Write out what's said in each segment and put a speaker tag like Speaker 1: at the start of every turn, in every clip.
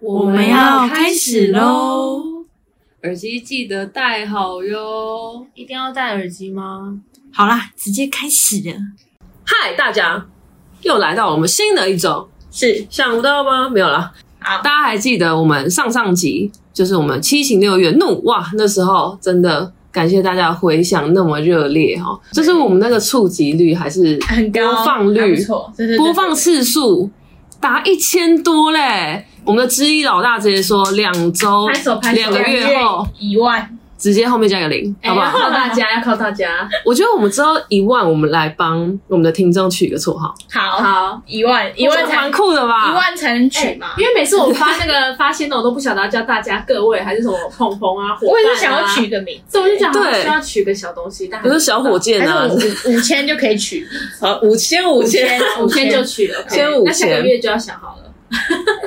Speaker 1: 我
Speaker 2: 们要开始喽！
Speaker 1: 耳机记得戴好哟。
Speaker 3: 一定要戴耳机吗？
Speaker 2: 好啦，直接开始了。
Speaker 1: 嗨，大家，又来到我们新的一周，
Speaker 3: 是
Speaker 1: 想不到吧？没有啦。
Speaker 3: 好
Speaker 1: 大家还记得我们上上集，就是我们七情六欲的怒哇，那时候真的感谢大家的回响那么热烈哦，就是我们那个触及率还是
Speaker 3: 很高，
Speaker 1: 播放率
Speaker 3: 还不错，对对对
Speaker 1: 播放次数达一千多嘞。我们的知一老大直接说两周
Speaker 3: 拍手拍手，
Speaker 1: 两个月后
Speaker 3: 一万，
Speaker 1: 直接后面加个零，
Speaker 3: 哎
Speaker 1: 好不
Speaker 3: 要
Speaker 1: 好？
Speaker 3: 靠大家， 要靠大家，
Speaker 1: 我觉得我们之后一万，我们来帮我们的听众取一个绰号，
Speaker 3: 好
Speaker 4: 好，哎
Speaker 3: 一万，一
Speaker 1: 我觉
Speaker 3: 万
Speaker 1: 得
Speaker 3: 才
Speaker 1: 蛮酷的吧？
Speaker 3: 一万才能取嘛。
Speaker 4: 因为每次我发那个发现的，我都不晓得要叫大家各位还是什么碰碰啊，伙伴啊
Speaker 3: 我也是想要取，个名，
Speaker 4: 所以我就想好
Speaker 1: 对
Speaker 4: 需要取个小东西，但
Speaker 1: 比如说小火箭
Speaker 3: 还
Speaker 1: 啊，
Speaker 3: 是五五千就可以取，
Speaker 1: 好五千五千，
Speaker 4: 五千就取了，OK
Speaker 1: 先五千
Speaker 4: 那下个月就要想好了，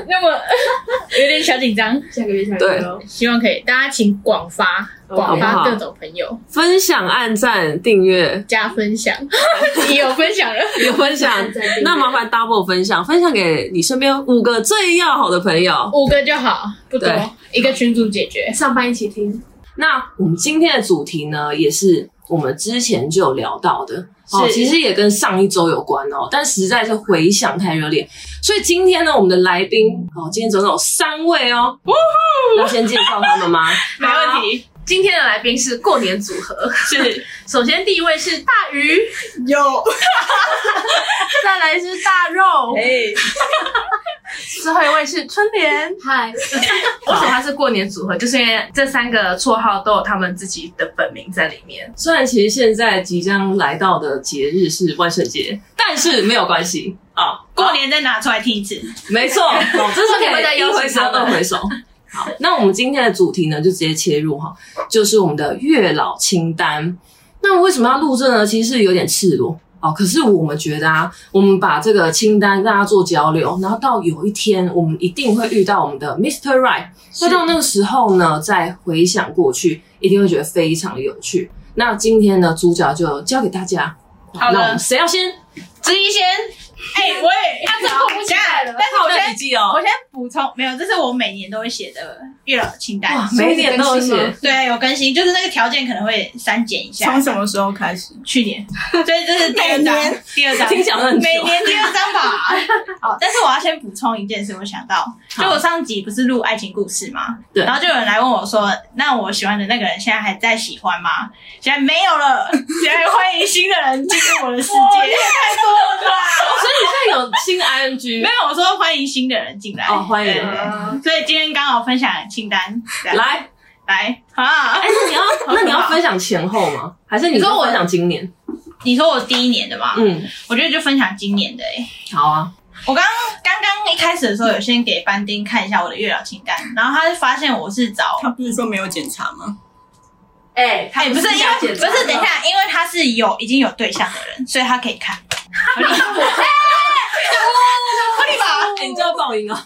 Speaker 3: 那么 有点小紧张，
Speaker 4: 下个月下个月哦，
Speaker 3: 希望可以。大家请广发，广
Speaker 1: 好不
Speaker 3: 发
Speaker 1: 好
Speaker 3: 各种朋友
Speaker 1: 分享、按赞、订阅。
Speaker 3: 加分享， 你有分享了，
Speaker 1: 有分享
Speaker 4: 按赞订，阅
Speaker 1: 那麻烦 double 分享，分享给你身边五个最要好的朋友。
Speaker 3: 五个就好，不多
Speaker 1: 对，
Speaker 3: 一个群组解决。
Speaker 4: 上班一起听，
Speaker 1: 那我们今天的主题呢，也是我们之前就有聊到的，哦，
Speaker 3: 是
Speaker 1: 其实也跟上一周有关哦，但实在是回响太热烈，所以今天呢，我们的来宾哦，今天总共有三位哦，要先介绍他们吗？
Speaker 3: 没问题，
Speaker 4: 今天的来宾是过年组合，
Speaker 3: 是
Speaker 4: 首先第一位是大鱼，
Speaker 3: 有，
Speaker 4: 再来是大肉，
Speaker 3: 哎，
Speaker 4: 最后一位是春 莲。嗨， 为什么他是过年组合？就是因为这三个绰号都有他们自己的本名在里面。
Speaker 1: 虽然其实现在即将来到的节日是万圣节，但是没有关系啊、
Speaker 5: 过年再拿出来听一次。
Speaker 1: 没错，这是可以一回收二回收。好，那我们今天的主题呢，就直接切入哈，就是我们的月老清单。那为什么要录这呢？其实是有点赤裸哦。可是我们觉得啊，我们把这个清单大家做交流，然后到有一天我们一定会遇到我们的 Mr. Right。那到那个时候呢，再回想过去，一定会觉得非常的有趣。那今天呢，主角就交给大家。
Speaker 5: 好的
Speaker 1: 那我们谁要先？
Speaker 5: 之一先，哎、我也，
Speaker 4: 他真迫不及待了
Speaker 5: 但是我
Speaker 1: 那笔
Speaker 5: 先，
Speaker 1: 记哦
Speaker 5: 我，先补充，没有，这是我每年都会写的月老清单
Speaker 1: 哇，，每一点都有
Speaker 4: 更新吗
Speaker 1: 写。
Speaker 5: 对，有更新，就是那个条件可能会删减一下
Speaker 6: 从。什么时候开始？
Speaker 5: 去年，所以这是第二
Speaker 6: 每
Speaker 5: 章
Speaker 6: 年，
Speaker 5: 第二章，
Speaker 1: 听起来很久
Speaker 5: 每年第二章吧。好，但是我要先补充一件事，我想到，就我上集不是录爱情故事吗？
Speaker 1: 对
Speaker 5: 然后就有人来问我说，那我喜欢的那个人现在还在喜欢吗？现在没有了，现在欢迎新的人进入我的世界。
Speaker 1: 所以你现在有新 ING
Speaker 5: 没有，我说欢迎新的人进来
Speaker 1: 哦欢迎
Speaker 5: 对对对所以今天刚好分享清单，对
Speaker 1: 来？
Speaker 5: 来啊
Speaker 1: 哎、！那你要那你要分享前后吗？还是你
Speaker 5: 你说
Speaker 1: 就
Speaker 5: 我
Speaker 1: 分享今年？
Speaker 5: 你说我第一年的嘛，
Speaker 1: 嗯，
Speaker 5: 我觉得就分享今年的哎。
Speaker 1: 好啊，
Speaker 5: 我刚刚刚一开始的时候，有先给班丁看一下我的月老清单，然后他就发现我是找，
Speaker 6: 他不是说没有检查吗？
Speaker 4: 哎、
Speaker 5: 哎、不是因为不是等一下，因为他是有已经有对象的人，所以他可以看。合理吧？合理吧？
Speaker 1: 哎你就要报应啊！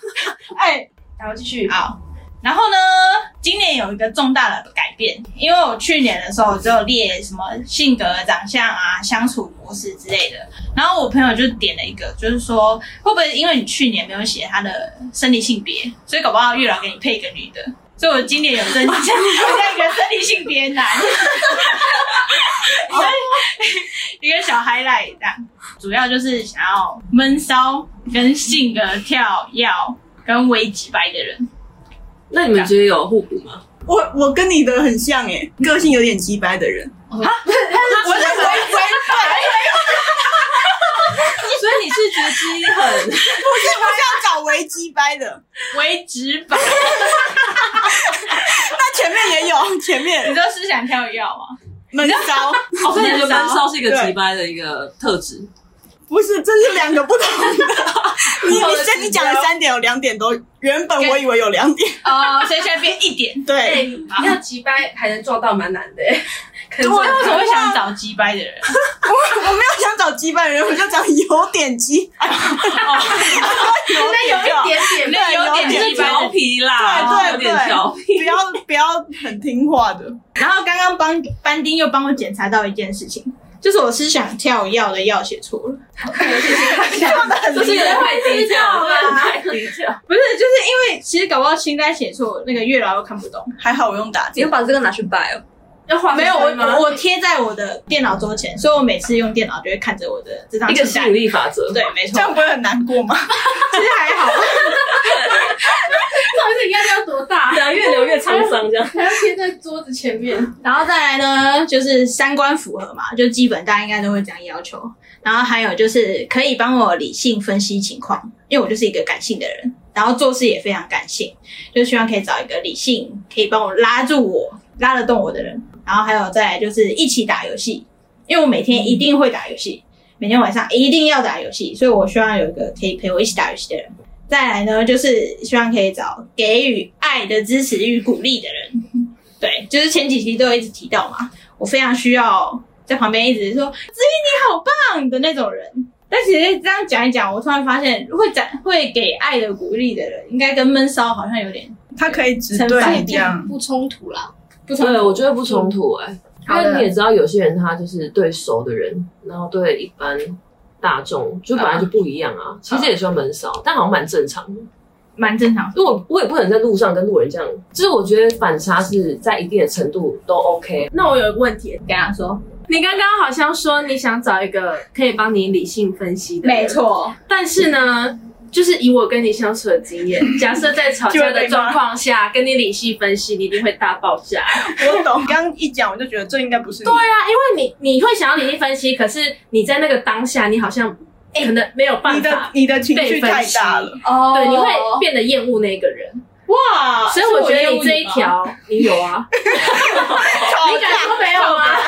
Speaker 5: 哎，
Speaker 4: 然后继续。
Speaker 5: 好，然后呢，今年有一个重大的改变，因为我去年的时候只有列什么性格、长相啊、相处模式之类的，然后我朋友就点了一个，就是说会不会因为你去年没有写他的生理性别，所以搞不好月老给你配一个女的。所以我今年有增加 增加一个生理性别男， 所以一 个小 highlight 这样，主要就是想要闷骚跟性格跳跃跟微几白的人。
Speaker 1: 那你们觉得有互补吗？
Speaker 6: 我我跟你的很像诶、个性有点鸡掰的人，
Speaker 5: 我是微微
Speaker 1: 所以你是觉得之一很
Speaker 6: 不是不是要找为鸡掰的，
Speaker 5: 微直白，
Speaker 6: 那前面也有，前面
Speaker 5: 你知道思想跳跃吗？
Speaker 6: 闷骚，
Speaker 1: 哦，所以你觉得闷骚是一个
Speaker 6: 对
Speaker 1: 急掰的一个特质。
Speaker 6: 不是，这是两个不同的。你
Speaker 1: 不同的
Speaker 6: 你
Speaker 1: 指标
Speaker 6: 先你讲了三点，有两点都，原本我以为有两点，
Speaker 5: 哦，所以现在变一 点。
Speaker 4: 哎、
Speaker 6: 对，
Speaker 4: 你要击败还能撞到，蛮难的、欸。 可是
Speaker 5: 我为什么会想找鸡掰的人？
Speaker 6: 我没有想找鸡掰的人，我就找有点鸡，
Speaker 4: 那有一点点
Speaker 5: 那有点
Speaker 1: 你是
Speaker 5: 鸡掰
Speaker 1: 调
Speaker 5: 的人。
Speaker 1: 皮啦，
Speaker 6: 对对
Speaker 1: 有点调皮。
Speaker 6: 不要不要很听话的。
Speaker 5: 然后刚刚帮班丁又帮我检查到一件事情，就是我思想跳跃的药写错了。
Speaker 4: 有点
Speaker 1: 这是有点太低调，
Speaker 4: 对
Speaker 1: 太低
Speaker 4: 理解。
Speaker 5: 不是，就是因为其实搞不好清单写错，那个月老又看不懂。
Speaker 6: 还好我用打字
Speaker 7: 你要。把这个拿去摆哦。
Speaker 4: 要画
Speaker 5: 没有，我
Speaker 4: 分吗
Speaker 5: 我我贴在我的电脑桌前，所以我每次用电脑就会看着我的这张
Speaker 1: 一个
Speaker 5: 清
Speaker 1: 吸
Speaker 5: 单
Speaker 1: 引。力法则，
Speaker 5: 对，没
Speaker 6: 这
Speaker 5: 错，
Speaker 6: 样不会很难过吗？
Speaker 5: 其实还好。
Speaker 3: 到底是压力要多大？
Speaker 1: 对啊，越留越沧 桑这样。
Speaker 3: 还要贴在桌子前面，
Speaker 5: 然后再来呢，就是三观符合嘛，就基本大家应该都会这样要求。然后还有就是可以帮我理性分析情况，因为我就是一个感性的人，然后做事也非常感性，就希望可以找一个理性可以帮我拉住我、拉得动我的人。然后还有再来就是一起打游戏，因为我每天一定会打游戏，每天晚上一定要打游戏，所以我希望有一个可以陪我一起打游戏的人。再来呢，就是希望可以找给予爱的支持与鼓励的人。对，就是前几期都有一直提到嘛，我非常需要在旁边一直说“子玉你好棒”的那种人。但其实这样讲一讲，我突然发现，会讲会给爱的鼓励的人，应该跟闷骚好像有点
Speaker 6: 他可以只对你这 样，
Speaker 8: 不冲突啦。
Speaker 5: 不同。
Speaker 1: 对，我觉得不冲突
Speaker 5: 嗯
Speaker 1: 哎、
Speaker 4: 好的
Speaker 1: 因为你也知道，有些人他就是对熟的人，然后对一般大众就本来就不一样啊。其实也算蛮少，但好像蛮正常的。
Speaker 5: 蛮正常。
Speaker 1: 因为我我也不能在路上跟路人这样，就是我觉得反差是在一定的程度都 OK。
Speaker 4: 那我有个问题，
Speaker 5: 跟他说，
Speaker 4: 你刚刚好像说你想找一个可以帮你理性分析的，
Speaker 5: 没。错，
Speaker 4: 但是呢，就是以我跟你相处的经验，假设在吵架的状况下，跟你理性分析，你一定会大爆炸。
Speaker 6: 我懂。你刚刚一讲我就觉得这应该不是你。对
Speaker 4: 对啊，因为你你会想要理性分析，可是你在那个当下，你好像
Speaker 5: 哎
Speaker 4: 可能没有办
Speaker 6: 你的
Speaker 4: 法，
Speaker 6: 你的情绪太大了，
Speaker 7: 哦
Speaker 4: 对，你会变得厌恶那个人。
Speaker 5: 哇！
Speaker 4: 所以我觉得你这一条，你有 啊，你敢说没有啊吗？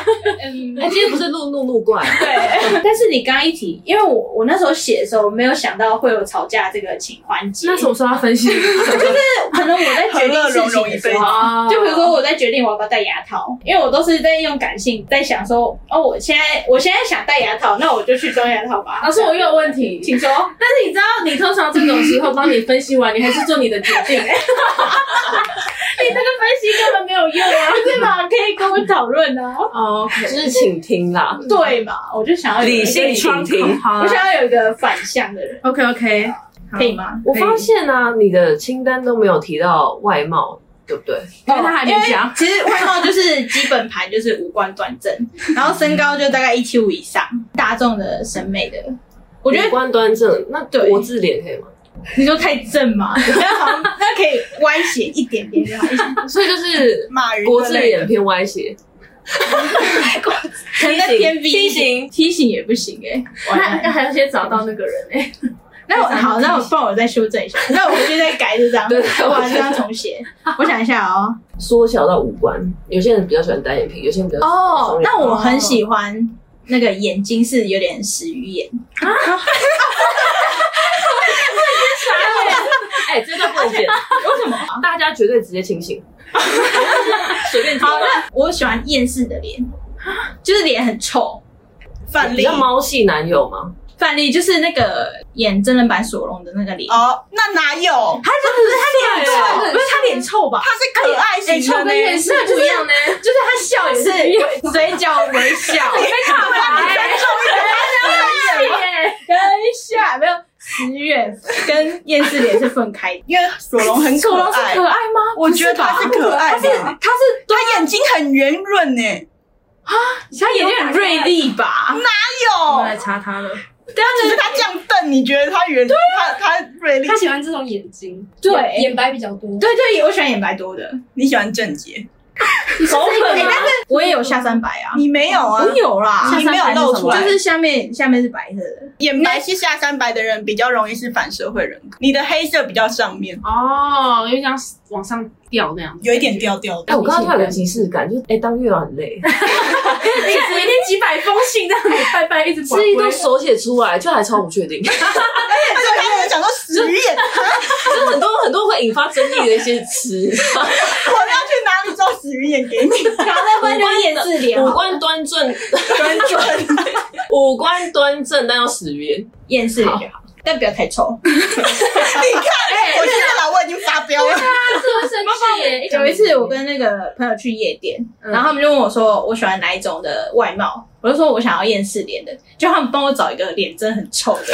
Speaker 1: 哎、今天不是路怒怒怪，
Speaker 5: 嗯对，但是你刚刚一提，因为我我那时候写的时候没有想到会有吵架这个情环节，
Speaker 4: 那什么时候要分析？
Speaker 5: 可能我在决定事情的时候，
Speaker 4: 啊
Speaker 5: 就比如说我在决定我要不要戴牙套，因为我都是在用感性在想说，哦，我现在我现在想戴牙套，那我就去装牙套吧。
Speaker 4: 老师，我又有问题，
Speaker 5: 请说，
Speaker 4: 但是你知道，你通常这种时候帮你分析完，你还是做你的决 定，
Speaker 5: 你这个分析根本没有用啊，对吧？可以跟我讨论啊，
Speaker 4: 哦，
Speaker 1: 就是请听啦，
Speaker 5: 对嘛？我就想要有一
Speaker 1: 理
Speaker 5: 个
Speaker 1: 性倾听。
Speaker 4: 好啊
Speaker 5: 我想要有一个反向的人，
Speaker 4: ，OK OK，
Speaker 5: 可以吗？
Speaker 1: 我发现啊，你的清单都没有提到外貌，对不对？
Speaker 4: 因为他还没讲，
Speaker 5: 其实外貌就是基本盘，就是五官端正，
Speaker 6: 嗯
Speaker 5: 然后身高就大概一七五以上，大众的审美的，我
Speaker 1: 我
Speaker 5: 觉得
Speaker 1: 官端正，那
Speaker 5: 对
Speaker 1: 国字脸可以吗？
Speaker 5: 你说太正 嘛，那好像那可以歪斜一点点 就好，
Speaker 1: 所以就是
Speaker 6: 马云
Speaker 1: 国
Speaker 6: 之
Speaker 1: 字
Speaker 6: 类的
Speaker 1: 脸偏歪斜，
Speaker 5: 可能再偏 V
Speaker 1: 梯形
Speaker 5: 梯形也不行哎、
Speaker 4: 那那还要先找到那个人哎，
Speaker 5: 那我好，那我帮我再修正一下， 那我回去再改这 张，
Speaker 1: 对对
Speaker 5: 我
Speaker 1: 我
Speaker 5: 把这张重写。我想一下哦，
Speaker 1: 缩小到五官。有些人比较喜欢单眼皮，有些人比较喜欢双眼皮
Speaker 5: 那我很喜欢那个眼睛是有点死鱼眼，
Speaker 1: 哎，这段不能剪，
Speaker 5: 为什么？
Speaker 1: 大家绝对直接清醒，随便挑
Speaker 5: 好，那我喜欢厌世的脸，就是脸很臭。
Speaker 6: 范
Speaker 1: 比
Speaker 6: 例
Speaker 1: 较猫系男友吗？
Speaker 5: 范例就是那个演真人版索隆的那个脸，
Speaker 6: 哦，那哪有？
Speaker 5: 他是不是他脸臭？不是他脸臭吧？
Speaker 6: 他是可爱型的呢，
Speaker 4: 是啊不一样呢，
Speaker 5: 就是他笑也是嘴角微笑，
Speaker 4: 看白
Speaker 5: 等一下，没有十月跟厌世脸是分开的。
Speaker 6: 因为索隆很可爱，
Speaker 4: 可爱吗？
Speaker 6: 我觉得他是可爱
Speaker 5: 他
Speaker 6: 的，
Speaker 5: 是他是
Speaker 6: 他眼睛很圆润呢。
Speaker 5: 他眼睛很锐利吧？
Speaker 4: 我
Speaker 6: 有
Speaker 4: 来，查他了，
Speaker 5: 对啊，
Speaker 6: 只是他这样瞪，你觉得他圆？他他锐利
Speaker 8: 他？喜欢这种眼睛，
Speaker 5: 对
Speaker 8: 眼眼白比较多。
Speaker 5: 对对，我喜欢眼白多的，
Speaker 6: 你喜欢郑洁？
Speaker 5: 好可爱。但是我也有下三白啊，
Speaker 6: 你没有啊
Speaker 5: 我？有啦，
Speaker 6: 你没有露出来，
Speaker 5: 就是下面下面是白色的。
Speaker 6: 眼白是下三白的人比较容易是反社会人格，你的黑色比较上面，
Speaker 4: 哦，有点像往上掉那样，
Speaker 6: 有一点调调
Speaker 1: 哎，
Speaker 6: 的。
Speaker 1: 我刚刚突然有个即视感，就是哎，当月老很累，
Speaker 4: 每每天几百封信让你拜拜，一直
Speaker 1: 字一都手写出来，就还超不确定，就
Speaker 5: 哎
Speaker 6: 他就开始讲说死鱼眼，
Speaker 1: 很多很多会引发争议的一些词。
Speaker 6: 我要去哪里找死鱼眼给你？
Speaker 5: 然后再换成厌世脸
Speaker 1: 五，官端正，
Speaker 6: 端正，
Speaker 1: 五官端正，但要死圆。
Speaker 5: 厌世脸就好， 哎但不要太丑。
Speaker 6: 我现在老我已经发飙了。
Speaker 4: 是不是？妈妈，
Speaker 8: 对，
Speaker 5: 有一次我跟那个朋友去夜店，
Speaker 6: 嗯
Speaker 5: 然后他们就问我说我喜欢哪一种的外貌，我就说我想要厌世脸的，就他们帮我找一个脸真的很臭的，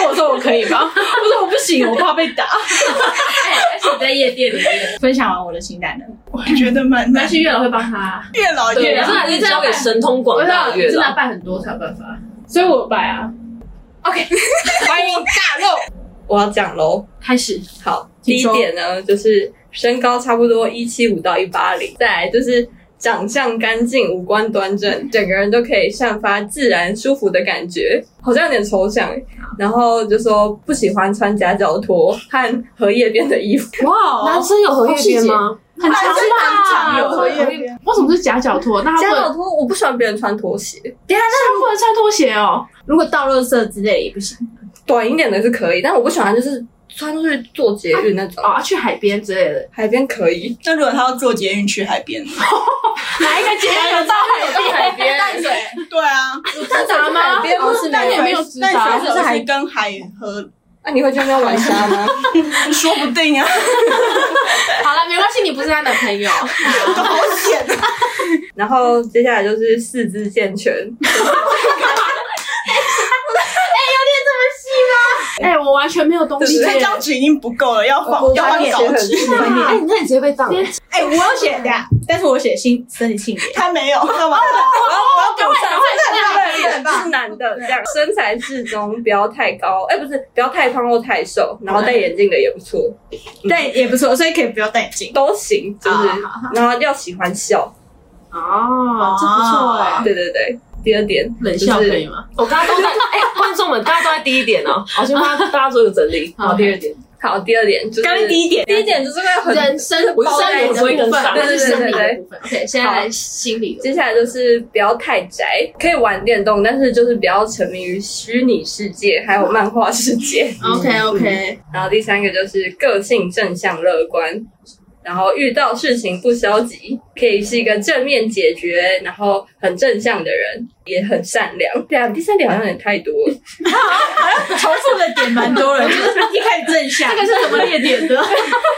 Speaker 5: 问我说我可以吗？我说我不行，我怕被打。
Speaker 4: 哎
Speaker 5: 哎
Speaker 8: 而且在夜 店里面，
Speaker 5: 分享完我的清单了，
Speaker 6: 我觉得蛮
Speaker 4: 但
Speaker 6: 难，
Speaker 4: 是月老会帮他，
Speaker 6: 越老
Speaker 1: 对，
Speaker 6: 越
Speaker 1: 这还是交给神通广
Speaker 4: 我
Speaker 1: 大
Speaker 4: 要
Speaker 1: 的月
Speaker 4: 真的
Speaker 1: 老
Speaker 4: 要。办很多才有办法。
Speaker 5: 所以我摆啊，
Speaker 7: 欢迎大肉。我要讲喽，
Speaker 4: 开始，
Speaker 7: 好，第一
Speaker 5: 请说
Speaker 7: 点呢就是身高差不多一七五到一八零，再来就是长相干净，五官端正，整个人都可以散发自然舒服的感觉，好像有点抽象欸。然后就说不喜欢穿夹脚拖和荷叶边的衣服，
Speaker 4: 哇，
Speaker 1: 男生有荷叶边吗？
Speaker 4: 很长
Speaker 6: 男生
Speaker 4: 吧？
Speaker 5: 啊
Speaker 6: 很长有荷叶边
Speaker 4: 为什么是夹脚拖？那他
Speaker 7: 夹
Speaker 4: 不能，
Speaker 7: 脚拖我不喜欢别人穿拖鞋，
Speaker 4: 他不能穿拖鞋哦。
Speaker 5: 如果倒垃圾之类的也不行。
Speaker 7: 短一点的是可以，但我不喜欢就是穿出去坐捷运那种。
Speaker 4: 哦，去海边之类的，
Speaker 7: 海边可以，
Speaker 6: 那如果他要坐捷运去海边呢，
Speaker 4: 哪一个节日有到海边？
Speaker 8: 海边淡水
Speaker 6: 对啊，
Speaker 4: 自达吗？
Speaker 7: 海边不是
Speaker 4: 但也没有直
Speaker 6: 那
Speaker 4: 达
Speaker 6: 你，是不是还跟海河？
Speaker 7: 那、啊你会去那边玩沙吗？
Speaker 6: 说不定啊，
Speaker 4: 好了，没关系，你不是他男朋 友。
Speaker 6: 好险啊！
Speaker 7: 然后接下来就是四肢健全，
Speaker 4: 哎，我完全没有东西
Speaker 6: 这
Speaker 4: 耶。
Speaker 6: 张纸已经不够了，要放要放稿纸。
Speaker 1: 哎，那你直接被当了。
Speaker 5: 哎、我有写的，但是我写性生理性别。
Speaker 6: 他没有，干嘛？
Speaker 7: 赶快赶快是男的，这样身材适中，不要太高，哎，不是不要太胖或太瘦，然后戴眼镜的也不错，
Speaker 5: 对，也不错，所以可以不要戴眼镜。
Speaker 7: 都行，就是
Speaker 5: 啊
Speaker 7: 然后要喜欢笑，
Speaker 4: 哦，这不错哎。
Speaker 7: 对对对。第二点，
Speaker 4: 冷笑可以吗？
Speaker 1: 我刚刚都在，哎、观众们，大家都在第一点呢、啊，我先帮大家做个整理。
Speaker 4: 好第二
Speaker 1: 点，
Speaker 7: 好，第二点就是
Speaker 5: 刚刚第一点，
Speaker 7: 第一点就是会很
Speaker 8: 人生
Speaker 7: 我就
Speaker 8: 包
Speaker 7: 在
Speaker 8: 在
Speaker 7: 我
Speaker 8: 人
Speaker 7: 不会
Speaker 8: 的
Speaker 7: 跟
Speaker 8: 部分，
Speaker 7: 上
Speaker 8: 那是生理
Speaker 7: 对对
Speaker 8: 的
Speaker 7: 对
Speaker 8: 部分。OK，现在来心理的
Speaker 7: 接下来就是不要太宅，可以玩电动，但是就是不要沉迷于虚拟世界，还有漫画世界。
Speaker 4: OK OK，
Speaker 7: 然后第三个就是个性正向乐观，然后遇到事情不消极，可以是一个正面解决，然后很正向的人，也很善良。对啊，第三点好像有点太多了。
Speaker 5: 重复的点蛮多 了，就是一开始正向，这个是什么列点的？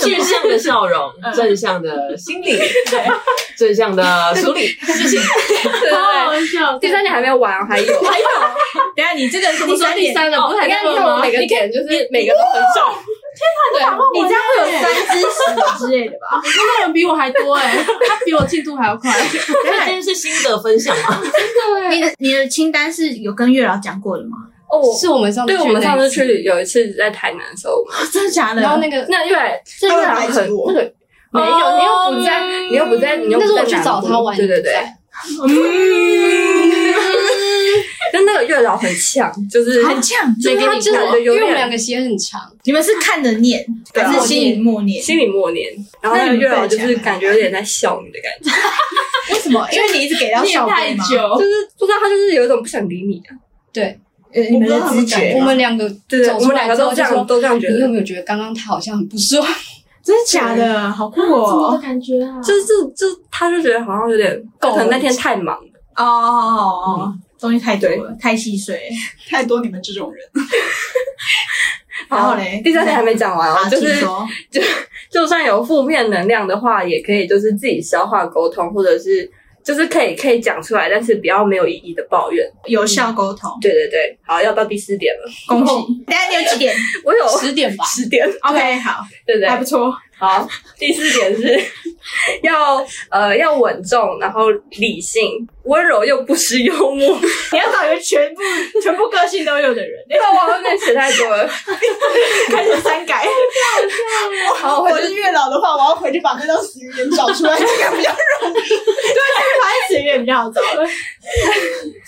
Speaker 1: 具象的笑容，正向的心理，正向的处理。
Speaker 7: 对对对，
Speaker 4: 笑。
Speaker 7: 第三点还没有完哦，还有。
Speaker 5: 还有，等一下你这个是第三点，
Speaker 4: 三了，不是
Speaker 7: 你
Speaker 4: 还在
Speaker 7: 看，你
Speaker 4: 问
Speaker 7: 看我
Speaker 4: 吗
Speaker 7: 每？个点就是每个都很少。
Speaker 5: 你这样会有三知识之类的吧？
Speaker 4: 那人比我还多哎，他比我进度还要 快。
Speaker 1: 那今天是心得分享吗？
Speaker 5: 你的你的清单是有跟月老讲过的吗？
Speaker 7: 哦，我
Speaker 8: 是我们上次
Speaker 7: 对，我
Speaker 8: 去
Speaker 7: 们
Speaker 8: 那
Speaker 7: 上
Speaker 8: 一
Speaker 7: 次
Speaker 8: 次，
Speaker 7: 去有一次在台南的时候，
Speaker 5: 真的假的？
Speaker 8: 然后那个
Speaker 7: 那月来这
Speaker 6: 他
Speaker 7: 月
Speaker 6: 会
Speaker 5: 啊
Speaker 7: 来
Speaker 6: 排
Speaker 7: 很
Speaker 6: 挤我
Speaker 7: 那个哦没有，你又不在，你又不在，你又
Speaker 8: 那
Speaker 7: 不
Speaker 8: 时候我
Speaker 7: 在南
Speaker 8: 去
Speaker 7: 部。
Speaker 8: 找他玩，
Speaker 7: 对对对。 但那个月老很强，就是
Speaker 5: 很呛，
Speaker 8: 就是他真
Speaker 7: 感觉
Speaker 8: 的，因
Speaker 7: 有
Speaker 8: 为我们两
Speaker 7: 点
Speaker 8: 个鞋很长，
Speaker 5: 你们是看着念
Speaker 6: 对
Speaker 5: 还
Speaker 6: 啊
Speaker 5: 是心里默念？
Speaker 7: 心里默念，然后那个月老就是感觉有点在笑你的感觉，
Speaker 5: 为什么？因为你一直给到笑
Speaker 4: 太
Speaker 5: 费吗？
Speaker 4: 久，
Speaker 7: 就是不知道他就是有一种不想理你啊。
Speaker 8: 对，
Speaker 5: 呃，你们的直觉
Speaker 8: 我，们两个
Speaker 7: 对对，
Speaker 8: 走
Speaker 7: 我
Speaker 8: 出
Speaker 7: 们两
Speaker 8: 来
Speaker 7: 个
Speaker 8: 之后
Speaker 7: 都这
Speaker 8: 就
Speaker 7: 样
Speaker 8: 说。
Speaker 7: 都这样觉
Speaker 8: 你有
Speaker 7: 得，
Speaker 8: 没有觉得刚刚他好像很不爽？
Speaker 5: 真的假的？好酷
Speaker 4: 我
Speaker 5: 哦！
Speaker 4: 感觉啊，
Speaker 7: 就是就是他就觉得好像有点，
Speaker 8: 够了
Speaker 7: 可能那天太忙了。
Speaker 5: 哦哦哦，东西太多了，太细碎了。
Speaker 6: 太多你们这种人，
Speaker 5: 然后嘞
Speaker 7: 第三点还没讲完哦，
Speaker 5: 好，
Speaker 7: 就
Speaker 5: 啊请
Speaker 7: 是
Speaker 5: 说。
Speaker 7: 就就算有负面能量的话，也可以就是自己消化沟通，或者是就是可以可以讲出来，但是不要没有意义的抱怨。
Speaker 5: 有效沟通，
Speaker 7: 对对对，好，要到第四点了，
Speaker 5: 恭喜！等一 下你有几点
Speaker 7: 我有
Speaker 8: 十点吧，
Speaker 7: 十点，
Speaker 5: ？OK，好，
Speaker 7: 对不对？
Speaker 5: 还不错。
Speaker 7: 好，第四点是 要呃要稳重，然后理性、温柔又不失幽默。
Speaker 5: 你要找一个全部全部个性都有的人，
Speaker 7: 因啊为我后面写太多了，
Speaker 5: 开始删改。
Speaker 7: 好，我
Speaker 6: 我
Speaker 7: 就是
Speaker 6: 月老的话，我要回去把那张死鱼眼找出来，这个比较
Speaker 5: 发现十月比较好找，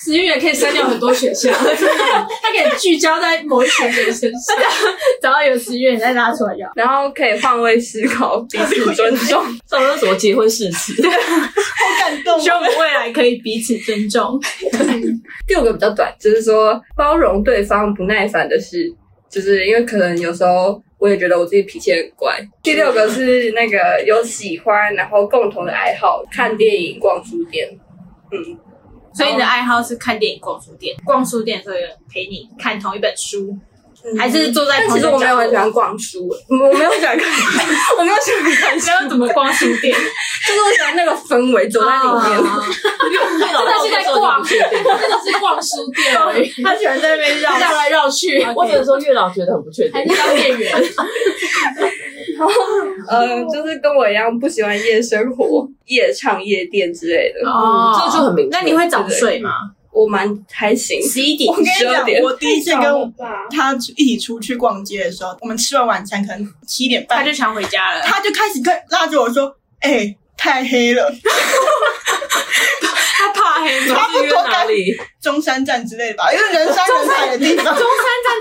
Speaker 4: 十月也可以删掉很多选项。
Speaker 5: 他可以聚焦在某一群人身上， 找到有十月你再拉出来要。
Speaker 7: 然后可以换位思考，彼此尊 重。
Speaker 1: 上周什么结婚誓词？
Speaker 6: 感动。
Speaker 5: 希望我们未来可以彼此尊 重。
Speaker 7: 第五个比较短，就是说包容对方不耐烦的事，就是因为可能有时候我也觉得我自己脾气很怪。第六个是那个有喜欢，然后共同的爱好，看电影、逛书店。嗯，
Speaker 5: 所以你的爱好是看电影、逛书店。逛书店的时候有人陪你看同一本书，还是坐在
Speaker 7: 嗯但
Speaker 5: 旁
Speaker 7: 其
Speaker 5: 边
Speaker 7: 实
Speaker 5: 角落？
Speaker 7: 我没有很喜欢逛书，我没有很喜欢看，我没有喜欢看书，
Speaker 5: 怎么逛书 店？
Speaker 7: 就是我喜欢那个氛围，走在里
Speaker 5: 哦
Speaker 7: 面。
Speaker 1: 那是在逛，
Speaker 3: 真的是逛书店而已，
Speaker 5: 他喜欢在那边绕。
Speaker 3: 绕来绕去，
Speaker 1: 我只能说月老觉得很不确定
Speaker 3: 还。是当店员。
Speaker 7: 呃，就是跟我一样不喜欢夜生活、夜唱、夜店之类的。
Speaker 4: 哦
Speaker 1: 这就很明确。
Speaker 4: 那你会早睡吗？
Speaker 7: 我蛮还行，
Speaker 5: 十一点
Speaker 6: 我跟你
Speaker 7: 12
Speaker 6: 讲
Speaker 7: 点，
Speaker 6: 我第一次跟他一起出去逛街的时候，我们吃完晚餐可能七点半，
Speaker 5: 他就想回家了。
Speaker 6: 他就开始跟拉着我说：“哎、太黑了，
Speaker 4: 他怕黑
Speaker 6: 差不多该
Speaker 1: 里？
Speaker 6: 中山站之类的吧，因为人山人海的地方。”
Speaker 4: 山站